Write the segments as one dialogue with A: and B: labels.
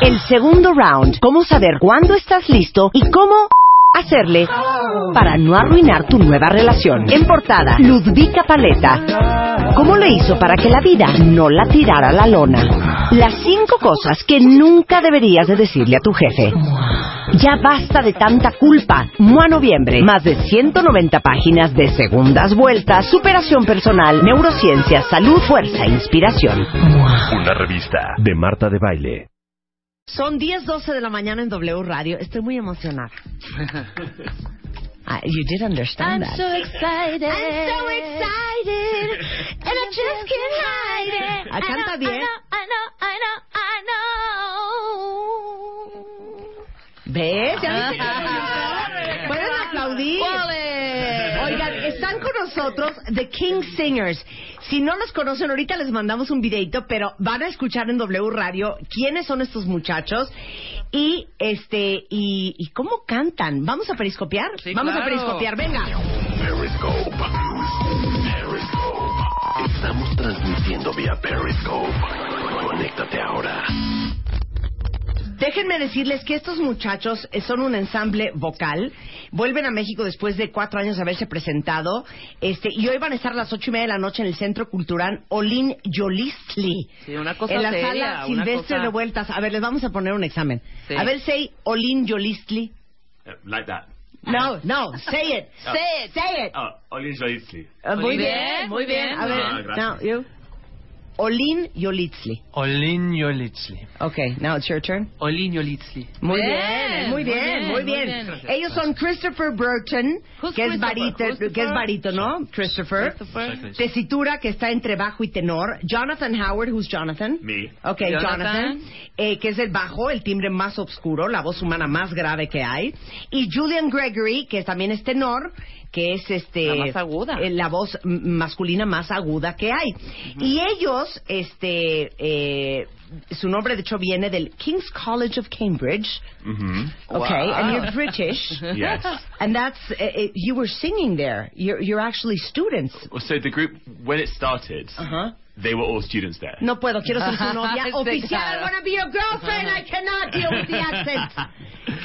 A: El segundo round, cómo saber cuándo estás listo y cómo hacerle para no arruinar tu nueva relación. En portada, Ludvika Paleta. ¿Cómo le hizo para que la vida no la tirara a la lona? Las cinco cosas que nunca deberías de decirle a tu jefe. Ya basta de tanta culpa. MOA Noviembre. Más de 190 páginas de segundas vueltas, superación personal, neurociencia, salud, fuerza e inspiración.
B: Una revista de Marta de Baile.
A: Son 10, 12 de la mañana en W Radio. Estoy muy emocionada. Ah, you did understand that.
C: excited. I'm so excited. And I just can't hide it.
A: Ah, canta
C: I know,
A: bien.
C: I know, I know, I know,
A: ¿Ves? ¿Ya viste que- Pueden aplaudir. Oigan, están con nosotros The King Singers. Si no los conocen, ahorita les mandamos un videito, pero van a escuchar en W Radio quiénes son estos muchachos y este y, y cómo cantan. ¿Vamos a periscopiar?
D: Sí,
A: Vamos a
D: claro.
A: periscopiar, venga.
E: Periscope. Periscope. Estamos transmitiendo vía Periscope. Conéctate ahora.
A: Déjenme decirles que estos muchachos eh, son un ensamble vocal. Vuelven a México después de cuatro años de haberse presentado. Este, y hoy van a estar a las ocho y media de la noche en el Centro Cultural Olin Yolistli.
D: Sí, una cosa
A: en la
D: seria, una
A: sala Silvestre
D: cosa-
A: Revueltas. A ver, les vamos a poner un examen.
D: Sí.
A: A ver, say Olin Yolistli.
F: Uh, Like that.
A: No, no, say it. Say it, say it.
F: Oh, Olin Joyce.
A: Ah, muy
D: Muy bien,
A: bien,
D: muy bien.
A: A
F: Ah,
A: ver, now
F: gracias.
A: you. Olin Yolistli.
G: Olin Yolitzli.
A: Okay, now it's your turn.
G: Olin Yolitzli.
A: Muy bien, eh,
D: Bien,
A: muy
D: muy
A: bien,
D: bien,
A: muy
D: muy
A: bien.
D: bien.
A: Ellos son Christopher Burton,
D: Who's
A: que es,
D: Christopher?
A: barito,
D: Who's
A: que es
D: Christopher?
A: barito, ¿no? Christopher.
D: Christopher.
A: Tesitura, que está entre bajo y tenor. Jonathan Howard, who's Jonathan?
F: Me.
A: Ok, Jonathan.
D: Jonathan.
A: eh, que es el bajo, el timbre más oscuro, la voz humana más grave que hay. Y Julian Gregory, que también es tenor, que es este...
D: La más aguda.
A: eh, la voz m- masculina más aguda que hay. Y ellos, este... eh, su nombre, de hecho, viene del King's College of Cambridge.
F: Mm-hmm.
A: Okay, and you're British.
F: Yes.
A: And that's uh, uh, you were singing there. You're you're actually students.
F: So the group, when it started, they were all students there.
A: No puedo, quiero ser su novia
D: Sí,
A: oficial. I
D: claro.
A: want to be your girlfriend. I cannot deal with the accent.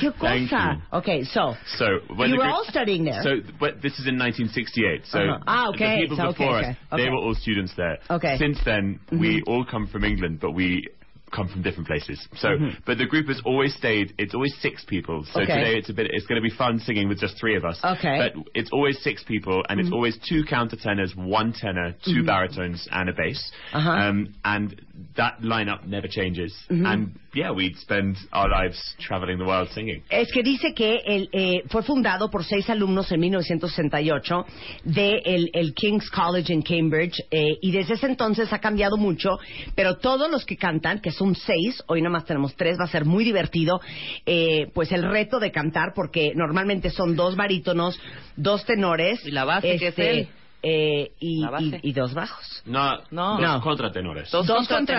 A: Qué
F: Thank
A: cosa. Okay, so
F: So when
A: you
F: the
A: were
F: group-
A: all studying there.
F: So th- but this is in 1968. So
A: Uh-huh. Ah, okay,
F: the people
A: so okay,
F: before
A: okay,
F: us,
A: okay.
F: they were all students there.
A: Okay. Mm-hmm.
F: Since then, we all come from England, but we come from different places. So, but the group has always stayed. It's always six people. So
A: Mm-hmm. Okay.
F: today it's a bit. It's going to be fun singing with just three of us.
A: Okay. Mm-hmm.
F: But it's always six people, and it's always two countertenors, one tenor, 2 baritones, and a bass.
A: Uh-huh. Mm-hmm.
F: Um, and that lineup never changes. And yeah, we'd spend our lives traveling the world singing.
A: Es que dice que el, eh, fue fundado por seis alumnos en 1968 de el, el King's College en Cambridge eh, y desde ese entonces ha cambiado mucho, pero todos los que cantan, que son seis, hoy nomás tenemos tres, va a ser muy divertido, eh, pues el reto de cantar porque normalmente son dos barítonos, dos tenores este,
D: Y la base, que es él.
A: eh, y,
D: La base.
A: y- y dos bajos,
F: No,
D: No.
F: dos
A: No.
F: contratenores.
D: Dos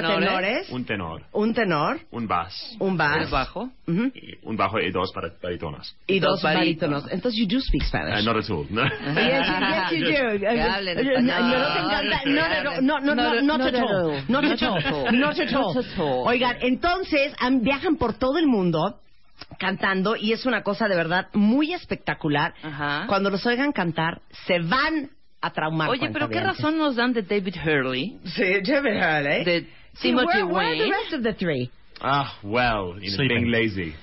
A: contratenores,
F: Un tenor,
A: un tenor,
F: un bass,
A: un bass,
D: El bajo.
A: ujú,
F: y- un bajo y dos para- baritonas.
A: y
D: Y
A: dos
D: dos
A: barítonos.
D: barítonos.
A: Entonces you do speak Spanish.
F: Uh, not at all. No.
A: Yes, yes, you do.
D: Que hablen
A: No, no te
D: español.
A: encanta. No, no, no, no, no, no, not at all. Not at all. Not at all.
D: Not at all.
A: Oigan, entonces am- viajan por todo el mundo cantando y es una cosa de verdad muy espectacular.
D: Ajá.
A: Cuando los oigan cantar, se van a traumar.
D: Oye, pero ¿qué
A: cuentavientes.
D: razón nos dan de David Hurley?
A: Sí, ya verán, ¿eh?
D: De
A: Sí,
D: Timothy
A: where- where are the
D: Wayne.
A: rest of the three?
F: Ah, well, you know,
G: Sleeping.
F: being lazy.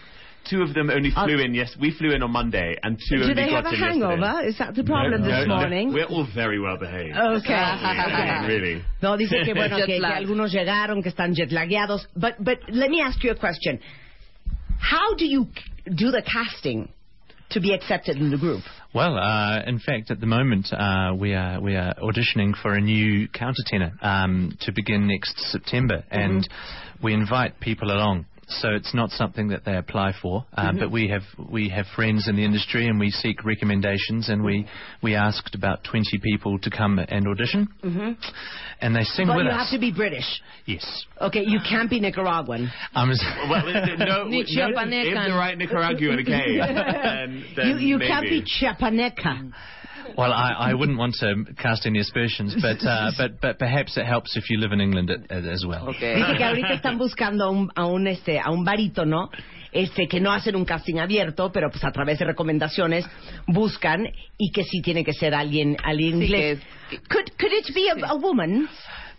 F: Two of them only flew in. Yes, we flew in on Monday, and two
A: Ah. Do
F: only
A: they have
F: got
A: a
F: in yesterday.
A: hangover? Is that the problem
F: este. No,
A: this
F: no,
A: morning? Oh.
F: We're all very well behaved. Yeah,
A: Okay.
F: really.
A: No, dice que bueno, que,
D: Jet
A: que
D: lag.
A: algunos llegaron, que están jetlagueados. But, but let me ask you a question. How do you c- do the casting? to be accepted in the group?
H: Well, uh, in fact, at the moment uh, we are we are auditioning for a new countertenor um, to begin next September,
A: Mm-hmm.
H: and we invite people along. So it's not something that they apply for, uh,
A: Mm-hmm.
H: but we have we have friends in the industry, and we seek recommendations, and we we asked about 20 people to come and audition, mm-hmm. and they sing
A: But
H: with
A: you
H: us.
A: have to be British.
H: yes,
A: Okay, you can't be Nicaraguan.
H: I'm s-
F: Uh, Well, is it- no,
D: Ni
F: no,
D: Chiapanecan.
F: if the right Nicaraguan came, then,
A: You,
F: then
A: you
F: maybe.
A: can't be Chiapaneca.
H: Well, I, I wouldn't want to cast any aspersions, but uh, but but perhaps it helps if you live in England a- a- as well.
D: Okay.
A: Dice que ahorita están buscando a un, a un, este, a un barítono, este, que no hacen un casting abierto, pero pues a través de recomendaciones buscan y que sí tiene que ser alguien, alguien
D: Sí,
A: inglés.
D: que es-
A: Could, could it be a, a woman?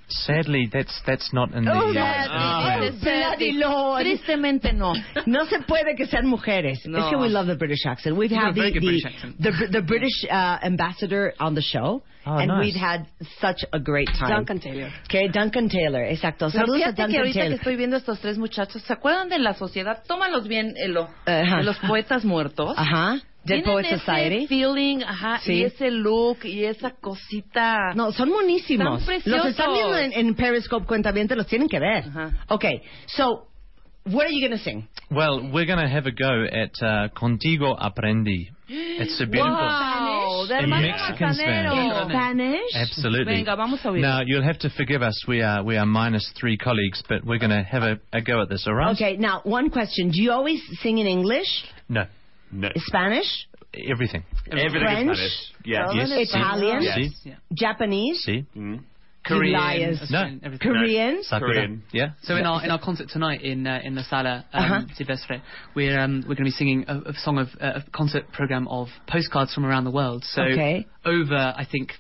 H: Sadly, that's that's not in the.
A: Oh,
H: uh,
A: no.
H: in the plan.
A: Oh, bloody lord.
D: Tristemente no.
A: No se puede que sean mujeres.
D: No.
A: It's true, we love the British accent. We've had
G: a very
A: the,
G: good
A: the,
G: British accent.
A: the, the British uh, ambassador on the show.
H: Oh,
A: and
H: nice.
A: we've had such a great time.
I: Duncan Taylor.
A: Okay, Duncan Taylor, exacto.
D: Pero
A: Saludos
D: fíjate
A: a
D: que
A: Duncan
D: ahorita que
A: Taylor.
D: estoy viendo a estos tres muchachos, ¿se acuerdan de la sociedad? Tómalos bien, Elo.
A: Ajá.
D: de Los poetas muertos.
A: Ajá. Dead
D: Tienen
A: Poets
D: ese
A: Society.
D: feeling, ajá,
A: Sí.
D: y ese look, y esa cosita.
A: No, son monísimos.
D: Están preciosos.
A: los están viendo en, en Periscope cuenta los tienen que ver.
D: Ajá.
A: Okay, so what are you going to sing?
H: Well, we're going to have a go at uh, Contigo Aprendi. It's a beautiful.
D: Wow, de
H: In
D: hermano
H: Mexican
D: Manzanero.
H: Spanish. Absolutely.
D: Venga, vamos a oírlo.
H: Now you'll have to forgive us. We are we are minus three colleagues, but we're going to have a, a go at this. All right?
A: Okay, now one question: Do you always sing in English,
H: No,
F: No,
A: Spanish,
H: everything.
F: everything
A: French? Oh,
F: is Spanish. Yeah.
H: Yes.
A: Italian?
H: See?
F: Yes.
G: Yeah.
A: Japanese,
H: See?
F: Mm.
A: You liars.
H: No.
G: everything.
A: Korean?
H: Sakura.
F: Korean.
H: Yeah.
G: So in our in our concert tonight in uh, in the Sala um,
A: Uh-huh.
G: Silvestre, we're um, we're going to be singing a, a song of uh, a concert program of postcards from around the world. So
A: Okay.
G: over I think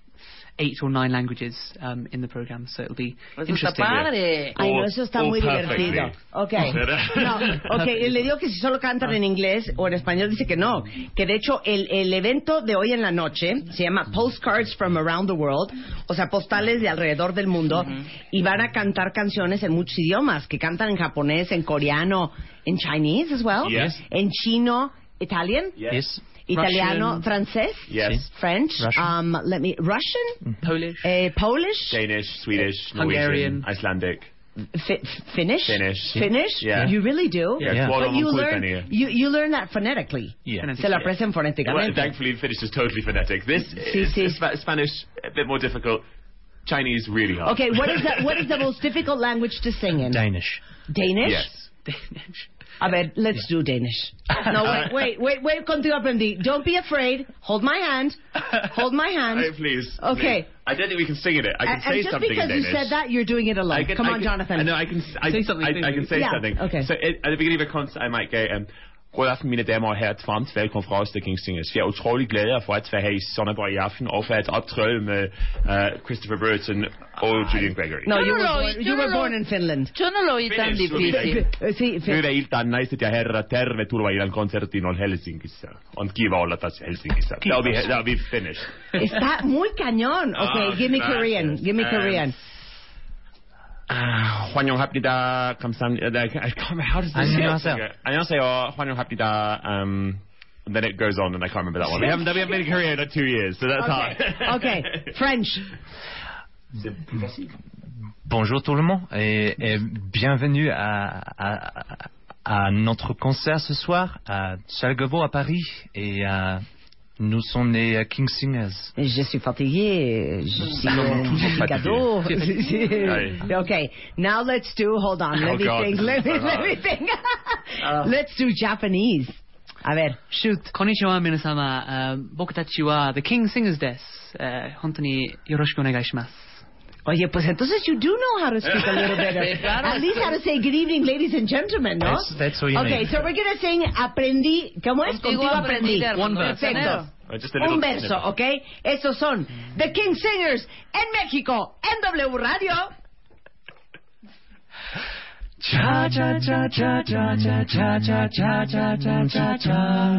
G: eight or nine languages um, in the program. So it'll be
D: Eso está
G: interesting.
D: padre.
A: Ay, no,
F: All-
A: eso está
F: all
A: muy
F: perfectly.
A: divertido. Ok. No, ok, y le digo que si solo cantan en inglés o en español, dice que no. Que de hecho, el, el evento de hoy en la noche se llama Postcards from Around the World, o sea, postales de alrededor del mundo, y van a cantar canciones en muchos idiomas, que cantan en japonés, en coreano, en Chinese as well,
F: Yes.
A: en chino, Italian,
H: Yes.
A: italiano,
G: Russian.
A: francés,
F: Yes.
A: French,
H: Russian.
A: um, let me, Russian,
G: Polish.
A: eh, Polish,
F: Danish, Swedish,
G: Hungarian.
F: Norwegian, Icelandic.
A: Fi- Finnish?
F: Finnish.
A: Finnish?
F: Yeah.
A: You really do?
F: Yeah,
H: Yeah.
F: it's one
A: But
F: on
A: you
F: one
A: learn,
F: Kulpania.
A: you, you learn that phonetically.
H: Yeah.
A: Se lo aprenden
F: Well,
A: fonéticamente.
F: thankfully, Finnish is totally phonetic. This
A: Sí,
F: is
A: sí.
F: is Spa- Spanish a bit more difficult. Chinese really hard.
A: Okay, what is that? What is the most difficult language to sing in?
H: Danish.
A: Danish.
F: yes.
A: I bet. Let's do Danish. No, wait, wait, wait, wait. Contigo aprendí. Don't be afraid. Hold my hand. Hold my hand.
F: Oh, please.
A: Okay.
F: please. I don't think we can sing in it. I can
A: and
F: say
A: and just
F: something
A: because
F: in Danish.
A: you said that, you're doing it alone.
F: I can-
A: Come
F: I
A: on,
F: can-
A: Jonathan.
F: I know I can. s- I,
G: Say something,
F: I,
G: say
F: I can say
A: something.
F: something.
A: Yeah, okay.
F: So it, at the beginning of a concert, I might go. Um, God aften, mine damer og herrer. Et varmt velkommen fra os, The King Singers. Jeg er utrolig glad for at være her i Sonderborg i aften og for at optræde med uh, Christopher Burton og Julian Gregory.
A: No, you
D: Yo
A: were,
D: no lo oí,
A: born, you
D: yo
A: were
D: no lo-
A: born in Finland.
D: Yo no lo oí tan
F: Finish would be
D: difícil.
F: like-
A: Eh, Sí,
F: Nu
A: Fin-
F: är det helt nice jag herrar tervetuloa ilan konsertin on Helsingissä. On kiva olla tässä Helsingissä. That'll be, that'll be finished.
A: Está muy cañón. Okay,
F: Ah,
A: give me
F: gracias.
A: Korean. Give me
F: Um,
A: Korean.
F: Ah, 환영합니다. 감사합니다. I can't remember how does this
H: 안녕하세요.
F: go? 안녕하세요. 환영합니다. Um, and then it goes on and I can't remember that one. We haven't, we haven't been in Korea in like two years, so that's hard.
A: Okay, French.
H: Bonjour tout le monde et, et bienvenue à, à- à notre concert ce soir à Chalgovo à Paris et euh, nous sommes les euh, King Singers.
A: Je suis fatigué.
H: Mmh.
A: Je suis euh,
F: toujours
A: un cadeau.
F: Aye.
A: okay, Eh, now let's do. Hold on. Let
F: Oh,
A: me
F: God.
A: think. Let me, let me think. let's do Japanese. A ver, shoot.
G: Konnichiwa minasama. Um, Boku tachi wa the King Singers desu. Uh, hontoni yoroshiku onegai shimasu.
A: Oye, pues entonces you do know how to speak a little bit. Of, at least how to say good evening, ladies and gentlemen, ¿no?
H: That's- that's all you
A: okay,
H: need.
A: so we're going to sing Aprendí. ¿Cómo es?
D: Contigo aprendí, de
A: One
D: Armando
A: Perfecto.
D: Manzanero.
F: Uh, Just a little
A: Un verso,
F: snippet.
A: ¿ok? Esos son The King Singers en México, en W Radio.
H: Cha cha cha cha cha cha cha cha cha cha cha cha cha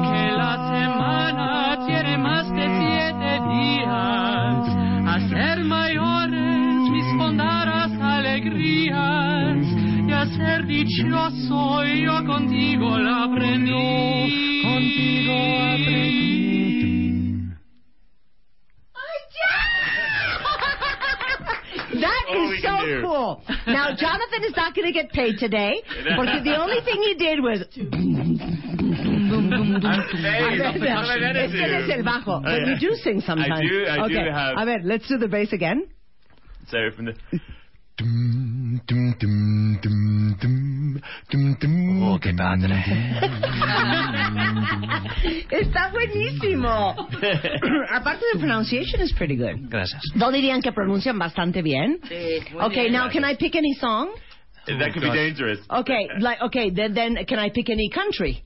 C: que la semana tiene más de siete días. A ser mayores mis fondadas alegrías y a ser dichoso yo contigo la aprendí. Contigo aprendí.
A: That
F: All we
A: is so
F: can do.
A: cool. Now, Jonathan is not going to get paid today because the only thing he did was.
F: Hey,
A: I
F: nothing
A: bet that.
F: other than
A: Es que eres el
F: attitude.
A: bajo, but
F: I-
A: you do sing sometimes.
F: do- Ah, I do
A: okay.
F: have-
A: A ver, let's do the bass again.
F: So from the
C: Oh, qué padre.
A: Está buenísimo. Aparte, the pronunciation is pretty good.
C: Gracias.
A: No dirían que pronuncian bastante bien. Okay, now can I pick any song?
F: that could be dangerous.
A: Okay, like okay, then then can I pick any country?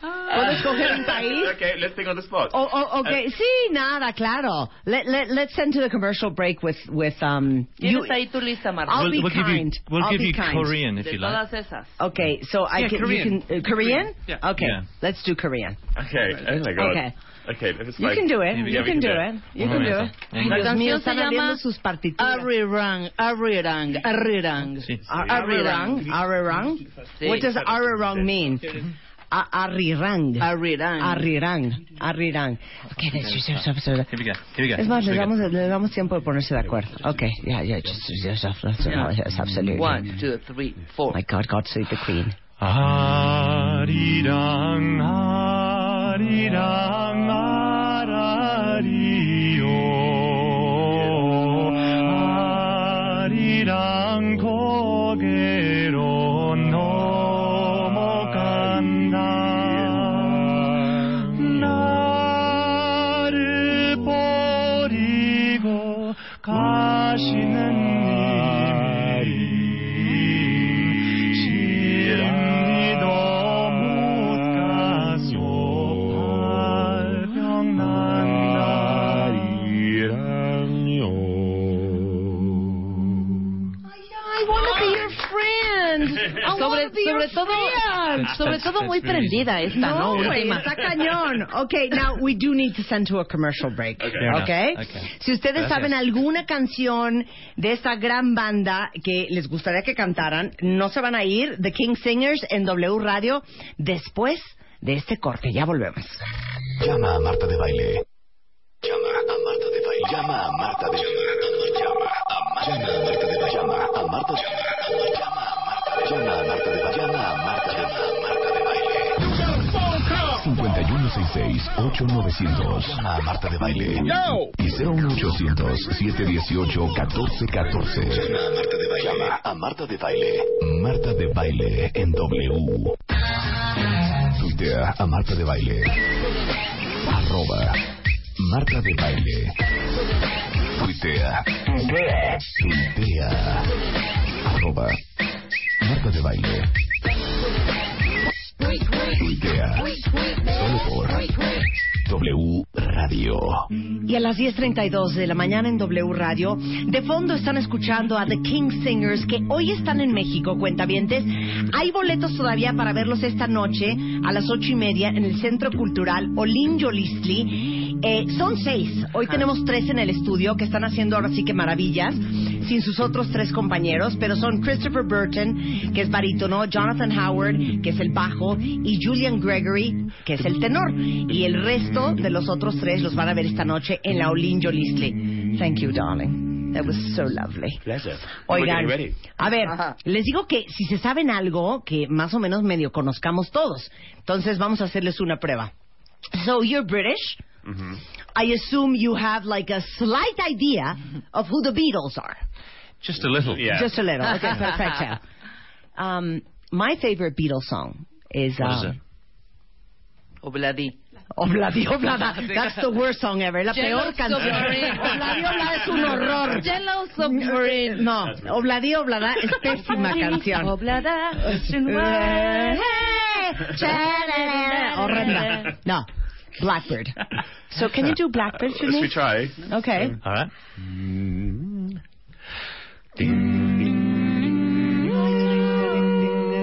A: ¿Puedo escoger un país?
F: Okay, let's think on the spot.
A: Oh, oh, okay. sí, nada, claro. Let, let, let's send to the commercial break with, with um, you.
J: Tienes ahí tu lista, Marta.
A: I'll
C: we'll
A: be
C: we'll
A: kind.
C: give you, we'll
A: I'll
C: give
A: be
C: you
A: kind.
C: Korean if
J: De
C: you like.
J: todas esas.
A: Okay, so I
K: Yeah,
A: can,
K: Korean.
A: you can, uh, Korean?
K: Yeah.
A: Okay,
C: Yeah.
A: let's do Korean.
F: Okay. Oh my god.
A: Okay.
F: Okay. If it's
A: You
F: like,
A: can do it.
F: Yeah, we
A: You can do it. You
C: Muy
A: can do
C: bien.
A: it.
C: Venga.
A: Dios mío,
J: canción se
A: están abriendo
J: llama
A: sus partituras.
J: Arirang, arirang, arirang. Ah,
C: Sí.
A: Ar- Arirang. Arirang.
J: Sí.
A: What does Arirang mean? A- Arirang.
J: Arirang.
A: Arirang. Arirang. Okay, let's use yourself.
H: Ah.
A: so-
C: Here we go. Here we go.
A: Es más,
C: Here
A: le
C: we go.
A: damos, le damos tiempo de ponerse de acuerdo. Okay, yeah, yeah, just use yourself. That's, yes, absolutely.
J: One, two, three, four.
A: My God, God save the Queen.
C: 아리랑 아리랑 아라리요 아리랑 고개로 넘어간다 나를 버리고 가시는 님 신이 너무 가소 발병난다
J: I wanna be your friend. sobre, sobre todo, sobre todo muy prendida esta, ¿no?
A: güey,
J: Última.
A: está cañón. Okay, now we do need to send to a commercial break.
C: Fair enough.
A: Okay?
C: Okay.
A: Si ustedes
C: Gracias.
A: saben alguna canción de esa gran banda que les gustaría que cantaran, no se van a ir. The King Singers en W Radio después de este corte. Ya volvemos.
I: Llama a Marta de Baile. Llama a Marta de Baile. Llama a Marta de Baile. Llama a Marta de Baile. Llama a Marta de Baile. Llama a Marta de Baile. Llama a Marta de Baile. Llama a Marta de Baile. Llama a Marta de Baile. 5166-8900. Llama a Marta de Baile. Y 01800-718-1414. Llama a Marta de Baile. Llama a Marta de Baile. Marta de Baile en W. Tuitea a Marta de Baile. Arroba Marta de Baile. Tuitea. Tuitea. Arroba Marta de Baile. Tuitea. Solo por W Radio.
A: Y a las 10.32 de la mañana en W Radio, de fondo están escuchando a The King Singers que hoy están en México, cuentavientes. Hay boletos todavía para verlos esta noche a las ocho y media en el Centro Cultural Olin Yolistli. Eh, son seis. Hoy tenemos tres en el estudio que están haciendo ahora sí que maravillas sin sus otros tres compañeros, pero son Christopher Burton, que es barítono, Jonathan Howard, que es el bajo, y Julian Gregory, que es el tenor. Y el resto de los otros tres los van a ver esta noche en la Olin Yolisli. Thank you, darling. That was so lovely.
F: Pleasure. We're
A: Oigan,
F: getting ready.
A: a ver, les digo que si se saben algo, que más o menos medio conozcamos todos. Entonces vamos a hacerles una prueba. So you're British. I assume you have like a slight idea of who the Beatles are.
C: Just a little.
F: Yeah.
A: Just a little. Okay, perfecto. Um, my favorite Beatles song is.
C: What is
A: um,
C: it?
J: Obladí.
A: Obladi Oblada. That's the worst song ever. La peor
J: Yellow
A: canción.
J: Submarine.
A: Obladi Oblada es un horror.
J: Yellow Submarine.
A: No, Obladi Oblada es pésima canción. Eh.
J: Oblada.
A: Horrenda. No. Blackbird. So can you do Blackbird for
F: Let's we
A: me?
F: try.
A: Okay.
H: All right.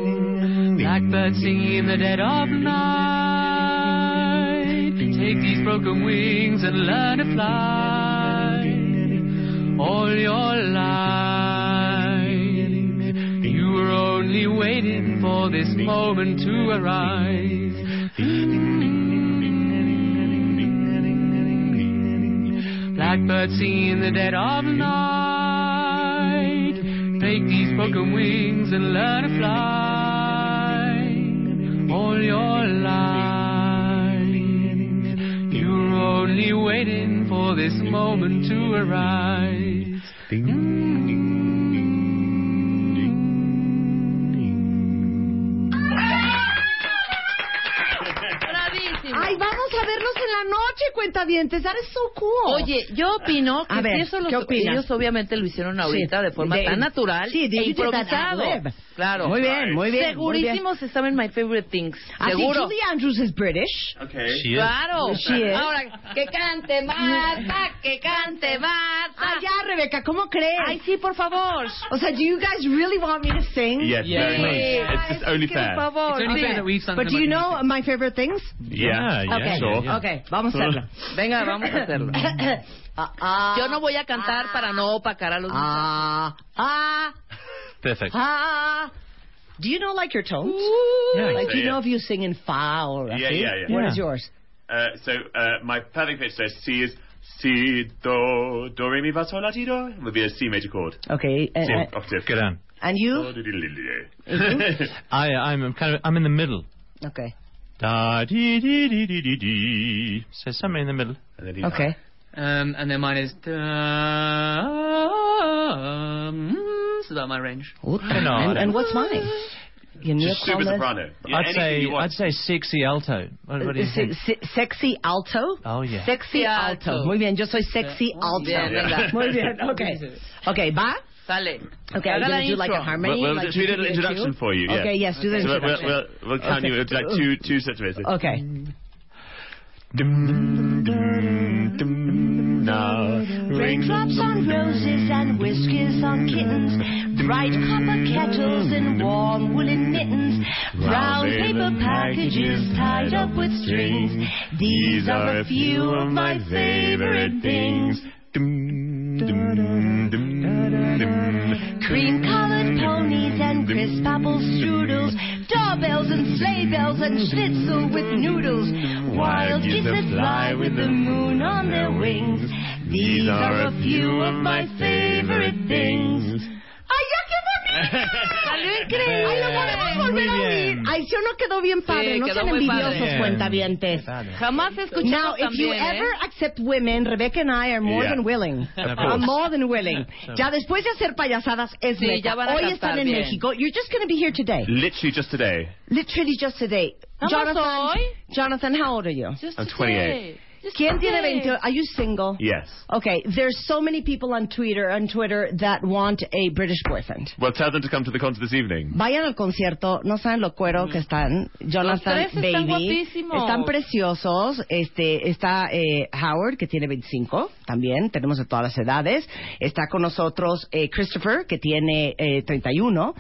G: Blackbird singing in the dead of night. Take these broken wings and learn to fly. All your life, you were only waiting for this moment to arise. Blackbird singing in the dead of night. Take these broken wings and learn to fly. All your life, you're only waiting for this moment to arise.
D: Bravísimo.
A: Ay, vamos a verlos en la noche, cuentavientes. That is so cool.
D: Oye, yo opino que
A: A
D: si
A: ver,
D: eso los-
A: ¿qué opinas?
D: ellos obviamente lo hicieron ahorita de forma
A: De-
D: tan natural
A: sí, they
D: e
A: did it that
D: improvisado.
A: web.
D: Claro.
A: Muy bien, muy bien,
D: Segurísimo se saben My Favorite Things.
A: Así
D: Seguro.
A: Julie Andrews is British. ¿eh?
F: Okay.
H: She is.
D: Claro.
A: She is.
D: Ahora, que cante Marta, que cante Marta.
A: Ah, ya, Rebeca, ¿cómo crees?
D: Ay, sí, por favor.
A: o sea, do you guys really want me to sing?
F: Yes,
G: Yeah.
F: very much. It's just only
D: Por
F: fair.
D: favor.
G: It's only fair that we've sung
A: But
G: so
A: do you
G: much
A: know my favorite things?
F: Yeah.
H: Yeah, yeah,
A: okay.
H: sure. yeah.
A: Okay, vamos a hacerlo.
D: Venga, vamos a hacerlo.
A: Ah, ah,
D: Yo no voy a cantar para no opacar a los
A: Ah, ah,
H: Perfect.
A: ah. Do you know like your tones?
H: Yeah,
A: like
F: so,
A: you
F: yeah.
A: know if you sing in fa or
F: Yeah,
A: re?
F: yeah, yeah.
A: What
H: Yeah.
A: is yours?
F: Uh, so uh, my perfect pitch there, C is C do do re mi fa sol la ti do would be a C major chord.
A: Okay, uh,
F: C
A: uh,
F: octave.
H: Good on.
A: and you?
H: I, I'm kind of. I'm in the middle.
A: Okay,
H: Da dee dee dee dee dee dee. So somewhere in the middle.
F: And then he-
A: okay.
G: Um, and then mine is. Um, so that my range.
H: No, I
A: and,
H: don't-
A: and what's mine? You know,
F: Just super
A: call it-
F: soprano. Yeah,
H: I'd
F: anything
H: say
F: you want.
H: I'd say sexy alto. What, what do you
A: Se-
H: think?
A: se- sexy alto.
H: Oh, yeah.
A: Sexy alto.
D: alto.
A: Muy bien, yo soy sexy alto.
D: bien, venga.
A: Muy bien, okay. Okay, va.
D: Sale.
A: Okay,
D: Haga
A: are you
D: la
A: gonna do like a
D: intro.
A: harmony?
F: We'll- we'll
A: like
F: just
A: you
F: do the
A: did in the
F: introduction
A: tube?
F: for you, yeah.
A: Okay, yes, do the
F: So we'll, we'll,
A: introduction.
F: we'll, we'll count
A: Okay. Oh,
F: you into like two two sets of it.
A: Okay. Raindrops on roses and whiskers on kittens, bright copper kettles and warm woolen mittens, brown paper packages tied up with strings. These are a few of my favorite things. Cream colored ponies and crisp apple strudels, doorbells and sleigh bells and schnitzel with noodles, wild geese that fly with the moon on their wings. These are a few of my favorite things. ¡Ay, ya qué bonito! ¡Salió increíble! ¡Ay, lo podemos volver
H: Muy bien.
A: ¡Ay, si no quedó bien
D: Sí, quedó muy padre.
H: Bien.
A: cuentavientes.
D: Jamás he escuchado
A: Now, if
D: tan
A: you
D: bien, ¿eh?
A: ever accept women, Rebecca and I are more
F: Yeah.
A: than willing.
H: Of
A: Are
H: course.
A: more than willing.
H: Yeah.
A: Ya después de hacer payasadas, es
D: Sí,
A: neta.
D: ya van a
A: Hoy
D: cantar
A: están en
D: bien.
A: México. You're just going to be here today.
F: Literally just today.
A: Literally just today.
D: ¿Nada más
A: Jonathan,
D: hoy?
A: Jonathan, how old are you?
D: Just
F: I'm
D: today.
F: 28.
D: Just
A: ¿Quién tiene
D: today.
A: 20? Are you single?
F: Yes.
A: Okay, there's so many people on Twitter on Twitter that want a British boyfriend.
F: Well, tell them to come to the concert this evening.
A: Vayan al concierto, no saben lo cuero que están. Jonathan,
D: Mm. Los tres
A: baby,
D: están guapísimos.
A: están preciosos. Este está eh, Howard que tiene 25, también tenemos de todas las edades. Está con nosotros eh, Christopher que tiene eh, 31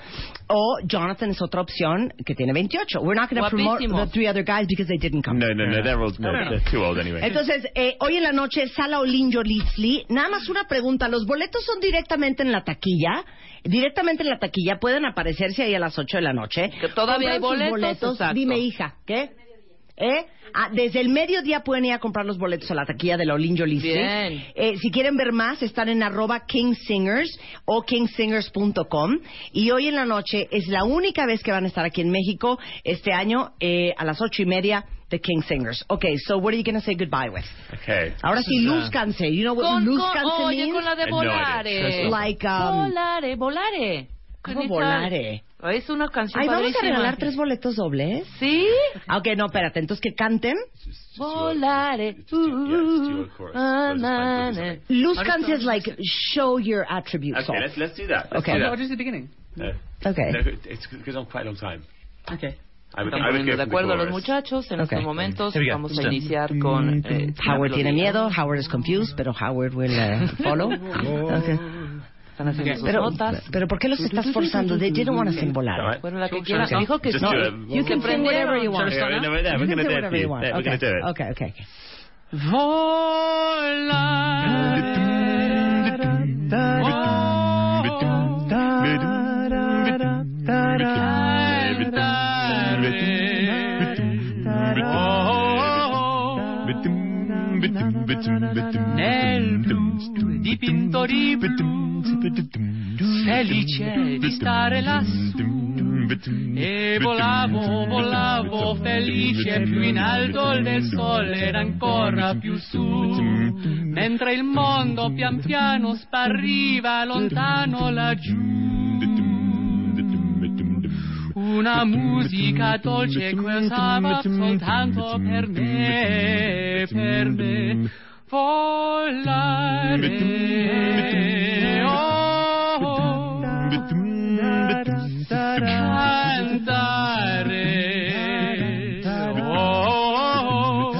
A: o Jonathan es otra opción que tiene 28. We're not going to promote
D: Guapísimos.
A: the three other guys because they didn't come.
F: No, no, no. They're old. No, they're too old anyway.
A: Entonces, eh, hoy en la noche, Sala Olinjo Litzli. Nada más una pregunta. ¿Los boletos son directamente en la taquilla? Directamente en la taquilla. Pueden aparecerse ahí a las 8 de la noche.
D: Que todavía hay
A: Compran sus
D: boletos, exacto.
A: Dime, hija, ¿qué? ¿Eh? Ah, desde el mediodía pueden ir a comprar los boletos a la taquilla de la Olinjo Litzli.
D: Bien.
A: Eh, si quieren ver más, están en arroba kingsingers o kingsingers.com. Y hoy en la noche es la única vez que van a estar aquí en México este año eh, a las ocho y media de King Singers. Okay, so what are you going to say goodbye with?
F: Okay. uh,
A: Ahora sí, lúzcanse. You know what
D: Con, con,
A: lúzcanse
D: oye,
A: means?
D: con la de
F: No, idea.
D: volare.
A: Like, um,
D: volare, volare.
A: ¿Cómo
D: Can you
A: volare?
D: tell? Es una canción
A: Ay, vamos a
D: padrísima.
A: regalar tres boletos dobles.
D: ¿Sí?
A: Ah, Ok, no, espérate. Entonces que canten.
D: Volare.
F: Just do- yeah, just do a chorus.
D: Ah,
F: Just
D: na,
F: like this or
D: na.
F: something.
A: Lúzcanse is like show your attributes.
F: Okay,
A: off.
F: let's let's do that. Let's
A: Okay.
F: do
G: Or
F: that.
G: just the beginning.
F: No.
A: Okay.
F: No, it's because I'm quite a long time.
G: Okay.
F: I would- I
J: Están
F: would
J: poniendo de
F: give them the
J: acuerdo a los
F: chorus.
J: muchachos. En
A: Okay.
J: estos momentos
A: Here we go.
J: vamos a
A: Stop.
J: iniciar con... eh,
A: Howard tiene miedo, Howard is confused, pero Howard will eh, follow. Okay.
J: Están haciendo sus
A: Pero,
J: notas.
A: pero ¿por qué los estás forzando? They didn't want us in volada.
J: Bueno, la que quiera.
A: sure.
J: Dijo que
A: Just
J: sí.
A: do it.
J: You can
A: We'll
J: sing
A: sing
J: whatever you want.
A: whatever you
F: want. Yeah, we're gonna do it
A: whatever
F: for you.
A: you want.
F: Yeah, we're gonna
A: Okay. Okay,
F: do it.
A: okay. Oh,
G: Nel blu di pintori blu, felice di stare lassù. E volavo, volavo felice più in alto del sole era ancora più su. Mentre il mondo pian piano spariva lontano laggiù. Una musica dolce che usava soltanto per me, per me. Volare, oh, cantare, oh,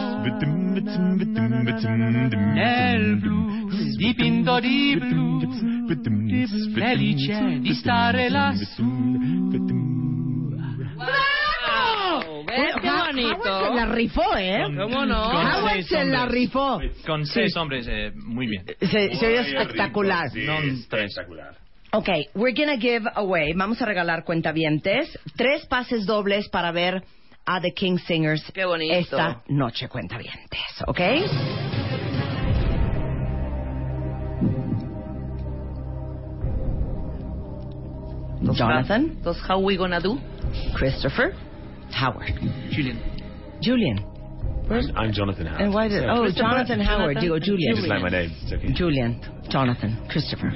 G: nel blues dipinto di blu, felice di stare lassù.
J: Wow, ¿Ves qué
A: Howard
J: bonito?
A: se la rifó, ¿eh?
J: ¿Cómo no?
H: Con
A: Howard
H: seis
A: se la
H: hombres.
A: rifó.
H: Con seis hombres, eh, muy bien.
A: Se, se oye espectacular.
F: Sí,
H: Non tres.
F: espectacular.
A: Ok, we're gonna give away, vamos a regalar cuentavientes, tres pases dobles para ver a The King Singers
J: Qué bonito.
A: esta noche, cuentavientes, ¿ok? Jonathan,
J: Entonces, how we gonna do?
A: Christopher, Howard,
G: Julian.
A: Julian.
F: I'm Jonathan Howard.
A: And why did, oh, Jonathan Howard, digo
F: You just like my
A: Julian.
F: name. It's okay.
A: Julian, Jonathan, Christopher.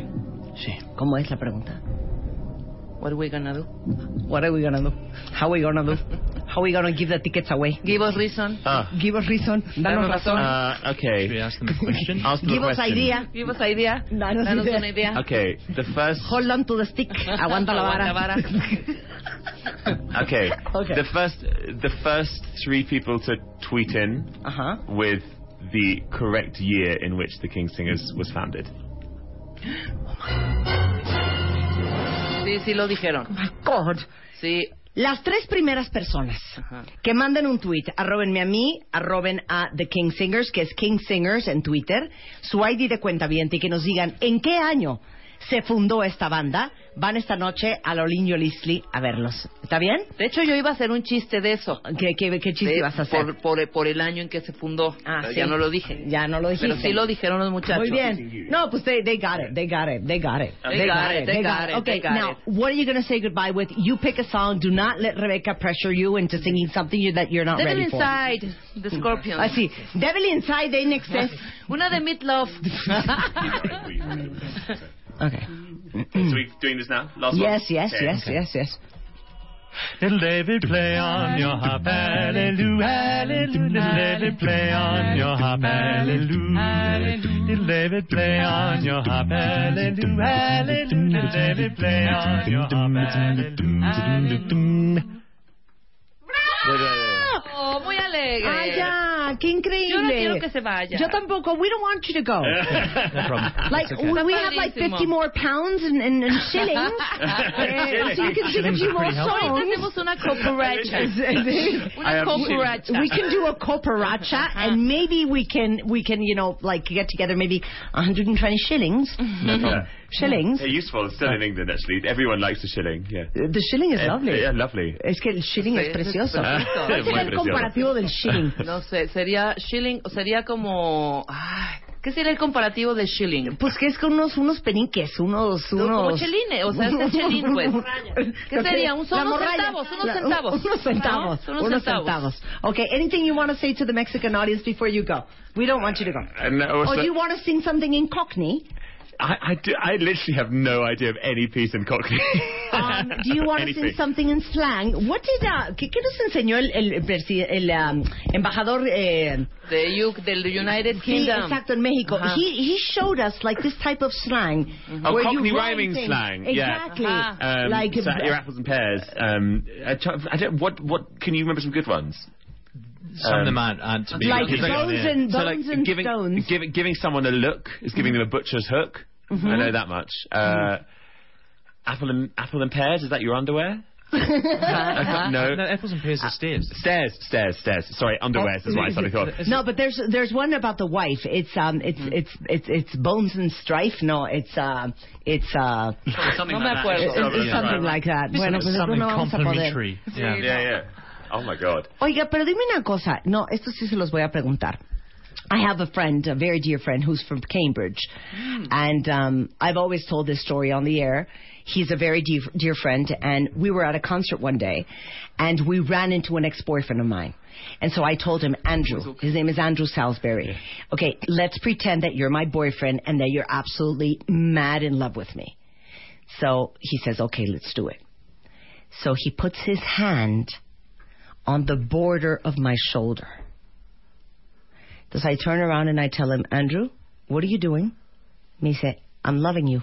A: Sí. ¿Cómo es la pregunta?
J: What we gonna do?
A: What are we gonna do? How we gonna do? How we gonna give the tickets away?
J: Give us reason.
F: Ah,
A: Give us reason. Danos
J: Danos
A: razón.
F: uh,
H: Should we
F: okay.
H: ask them a question?
F: Ask them a
A: Give us
F: question.
A: idea.
J: Give us idea.
A: Danos
J: Danos
A: idea.
J: una idea.
F: Okay, the first.
A: Hold on to the stick. Aguanta la vara.
J: Aguanta vara.
F: Okay.
A: Okay.
F: The first, the first three people to tweet in
A: Ajá.
F: with the correct year in which the King Singers was founded.
J: Sí, sí lo dijeron.
A: Oh My God.
J: Sí.
A: Las tres primeras personas
J: Ajá.
A: que manden un tweet, arrobenme a mí, arroben a The King Singers, que es King Singers en Twitter, su ID de cuenta bien y que nos digan en qué año se fundó esta banda, van esta noche al Olinio Lisli a verlos. ¿Está bien?
J: De hecho, yo iba a hacer un chiste de eso.
A: ¿Qué, qué, qué chiste
J: Sí,
A: vas a hacer?
J: Por, por, por el año en que se fundó.
A: Ah,
J: Pero
A: sí.
J: Ya no lo dije.
A: Ya no lo dijiste.
J: Pero sí lo dijeron los muchachos.
A: Muy bien. No, pues they, they got it, they got it, they got it.
J: They got it, they got it,
A: Okay,
J: they got
A: now,
J: it.
A: what are you going to say goodbye with? You pick a song. Do not let Rebecca pressure you into singing something you, that you're not
J: Devil
A: ready for.
J: Inside, The Scorpions.
A: Así, Devil Ah, Inside, de Nexus.
J: Una de Meatloaf.
A: Okay.
F: So we doing this now? Last
A: Mm-hmm.
F: one?
A: Yes, yes,
F: Okay.
A: yes, yes, yes.
H: Little David, play on your harp, hallelujah, hallelujah. Little David, play on your harp, hallelujah. Little David, play on your harp, hallelujah, hallelujah. Little David, play on your harp, hallelujah.
J: Oh, muy alegre.
A: Ay, Ah, ya, qué increíble.
J: Yo no quiero que se vaya.
A: Yo tampoco. We don't want you to go. Like, we, we have like 50 more pounds and, and, and shillings. Eh, so you can sing a few more
J: Ahorita
A: songs.
J: hacemos una cooperacha.
F: I
J: una
F: am-
J: cooperacha. Uh-huh.
A: we can do a coparacha and maybe we can we can you know like get together maybe 120 shillings
F: Yeah.
A: Mm-hmm. shillings
F: They're useful. It's still in England, actually. Everyone likes the shilling. Yeah. Uh,
A: the shilling is lovely
F: Eh, Yeah, lovely.
A: es que el shilling
J: Sí,
A: es
J: es
A: precioso
J: precioso.
A: ¿cuál sería el
F: Muy precioso.
A: comparativo del shilling
J: No sé, sería shilling, o sería como... ay, ¿Qué sería el comparativo de shilling?
A: pues que es con unos unos peniques unos unos
J: Como chelines, o sea, es el chelín, pues. ¿Qué sería? Un- son
A: La
J: unos
A: morralla.
J: centavos, unos
A: La-
J: centavos.
A: unos centavos
J: ¿No? Son unos
A: unos
J: centavos.
A: centavos okay anything you want to say to the Mexican audience before Oh, you go we don't want you to go
F: And uh,
A: or
F: also,
A: do you want to sing something in Cockney
F: I, I, do, I literally have no idea of any piece in Cockney.
A: Um, do you want to
F: Anything.
A: say something in slang? What did, uh, ¿qué, qué nos enseñó el, el, presi- el, um, embajador eh,
J: De U- del United
A: Sí,
J: Kingdom.
A: exacto, en México.
J: Ajá.
A: He, he showed us like this type of slang.
F: Oh,
A: where you
F: Cockney
A: rhyme
F: rhyming
A: things.
F: slang.
A: Exactly.
F: Yeah. Um,
A: like
F: so your apples and pears. Um, I don't- I don't, what, what, can you remember some good ones? Um,
H: Some of them aren't- aren't to be
A: Like honest. bones and- bones and
F: giving, Giving, giving someone a look is giving them a butcher's hook. I know that much. Uh, Apple and apple and pears. Is that your underwear? I can't- Uh-huh. no.
H: apples and pears are stairs.
F: Stairs, stairs, stairs. Sorry, underwears is what I started called.
A: No, but there's there's one about the wife. It's um it's
F: Mm-hmm.
A: it's it's it's bones and strife. No, it's uh it's uh
F: Something
A: no
F: like
A: me
F: that.
A: acuerdo.
F: It's something
A: It's something like
F: like
A: that.
F: that.
A: Bueno, pues no vamos a poder.
F: Yeah. yeah, Oh my god.
A: Oiga, pero dime una cosa. No, esto sí se los voy a preguntar. I have a friend, a very dear friend, who's from Cambridge. And um, I've always told this story on the air. He's a very dear, dear friend, and we were at a concert one day, and we ran into an ex boyfriend of mine. And so I told him, Andrew, his name is Andrew Salisbury. Okay, let's pretend that you're my boyfriend and that you're absolutely mad in love with me. So he says, okay, let's do it. So he puts his hand on the border of my shoulder. Does I turn around and I tell him, Andrew, what are you doing? Me say, I'm loving you.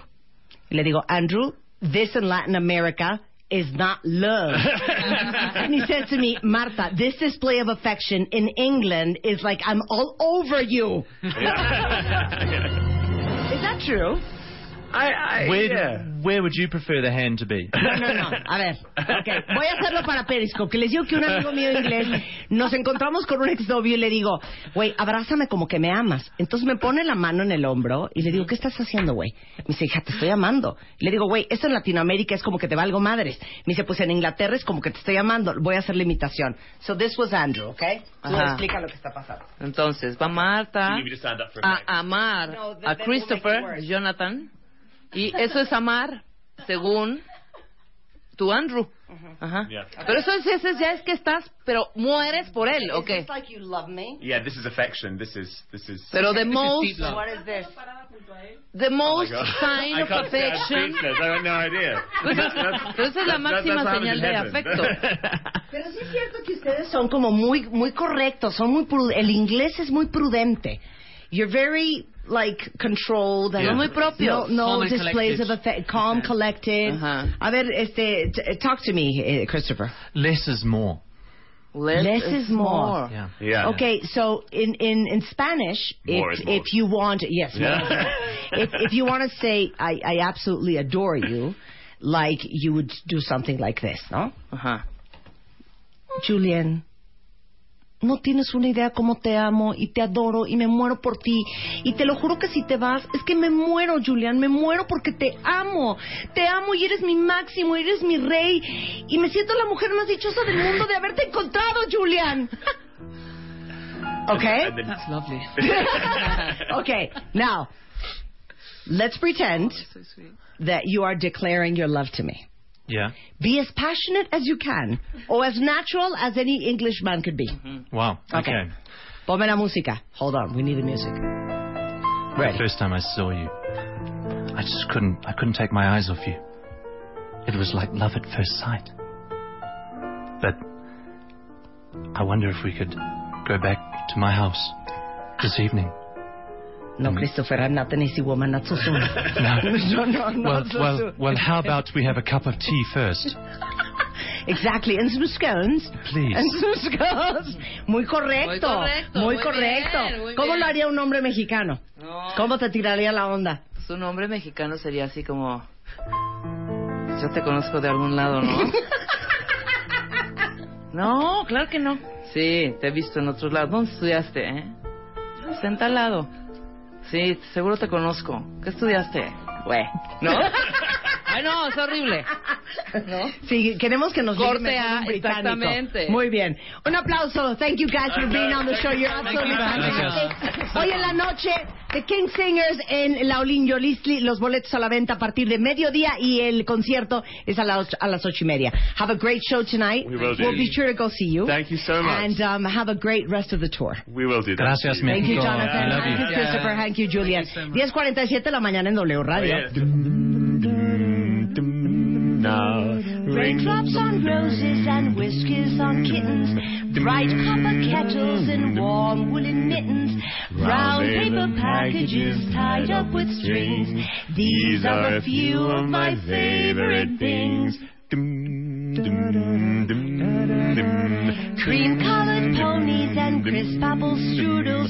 A: Y le digo, Andrew, this in Latin America is not love. and he says to me, Marta, this display of affection in England is like I'm all over you. Is that true?
F: I, I,
H: Where,
F: yeah.
H: where would you prefer the hand to be?
A: No, no, no. A ver, ok. Voy a hacerlo para Periscope, que les digo que un amigo mío inglés, nos encontramos con un exnovio y le digo, güey, abrázame como que me amas. Entonces me pone la mano en el hombro y le digo, ¿qué estás haciendo, güey? Me dice, hija, te estoy amando. Y le digo, güey, eso en Latinoamérica es como que te valgo madres. Me dice, pues en Inglaterra es como que te estoy amando. Voy a hacer la imitación. So this was Andrew, ¿ok? Tú
J: Ajá.
A: explica lo que está pasando.
J: Entonces, va Marta
F: You need me to stand up for a minute.
J: a amar
A: No, that-
J: a
A: that will make it
J: Christopher,
A: worse.
J: Jonathan, y eso es amar, según tu Andrew. Ajá.
F: Yeah.
J: Pero eso, es, eso es- ya es que estás, pero mueres por él, ¿ok?
A: It's like you love me.
F: Yeah, this is affection. This is this is.
J: Pero the most,
A: What is this?
J: the
F: Oh my
J: most
F: God.
J: sign
F: I
J: of
F: can't say I'm
J: affection.
F: speechless. I have no idea.
J: Pues es- pero esa es la
F: That's- that's
J: máxima
F: what happens
J: señal de
F: in heaven.
A: Pero sí es cierto que ustedes son como muy muy correctos, son muy pru- el inglés es muy prudente. You're very like controlled and
J: Son muy
A: no,
J: propios.
A: no
J: Calm and
A: displays of
J: collected.
A: affect, calm, collected.
J: Ajá.
A: A ver, este, t- talk to me, eh, Christopher.
H: Less is more.
J: Less,
A: Less is more.
H: Yeah.
F: Yeah.
A: Okay, so in in in Spanish,
F: More
A: if
F: is more.
A: if you want, yes, more
F: Yeah.
A: is more. if if you want to say I I absolutely adore you, like you would do something like this, no?
J: Ajá.
A: Julian, no tienes una idea cómo te amo y te adoro y me muero por ti. Y te lo juro que si te vas, es que me muero, Julian, me muero porque te amo. Te amo y eres mi máximo, eres mi rey. Y me siento la mujer más dichosa del mundo de haberte encontrado, Julian. Okay?
F: And then-
J: That's lovely.
A: Oh, Okay, now, let's pretend
J: So sweet.
A: that you are declaring your love to me.
H: Yeah.
A: Be as passionate as you can, or as natural as any Englishman could be.
H: Wow.
A: Okay. Ponme la música. Hold on, we need the music.
H: The first time I saw you, I just couldn't. I couldn't take my eyes off you. It was like love at first sight. But I wonder if we could go back to my house this evening.
A: No, Christopher, I'm not an easy woman, not so soon. no, no, no,
H: Well,
A: not so
H: well,
A: soon.
H: well. How about we have a cup of tea first,
A: Exactly, and some scones. And
H: please?
A: some scones. Muy correcto. Muy
J: Muy correcto, muy
A: correcto.
J: bien, muy
A: ¿Cómo
J: bien.
A: lo haría un hombre mexicano?
J: No.
A: ¿Cómo te tiraría la onda?
J: Su nombre mexicano sería así como... Yo te conozco de algún lado, ¿no? no, claro que no. Sí, te he visto en otros lados. ¿Dónde estudiaste, eh? Pues en tal lado. Sí, seguro te conozco. ¿Qué estudiaste? Güey. ¿No? Ay, no, es horrible. ¿No?
L: Sí, queremos que nos
J: Corte
L: llegue mejor
J: A,
L: un británico.
J: exactamente.
L: Muy bien. Un aplauso. Thank you guys for being on the show. You're
J: Thank
L: absolutely
J: you.
L: fantastic. Hoy en la noche, The King Singers en Laulín Yolistli. Los boletos a la venta a partir de mediodía y el concierto es a las, a las ocho y media. Have a great show tonight.
F: We will do.
L: We'll be sure to go see you.
F: Thank you so much.
L: And um, have a great rest of the tour.
F: We will do that.
H: Gracias,
L: Thank you,
H: México.
L: Jonathan.
H: I love
L: Thank
H: you.
L: you, Christopher. Thank you, Julian. 10.47 de la mañana en W Radio.
C: Raindrops on roses and whiskers on kittens, bright copper kettles in warm woolen mittens, brown paper packages tied up with strings. These are a few of my favorite things. Cream colored ponies and crisp apple strudels,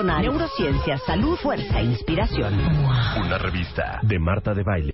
A: neurociencia, salud, fuerza, e inspiración.
B: Una revista de Marta de Baile.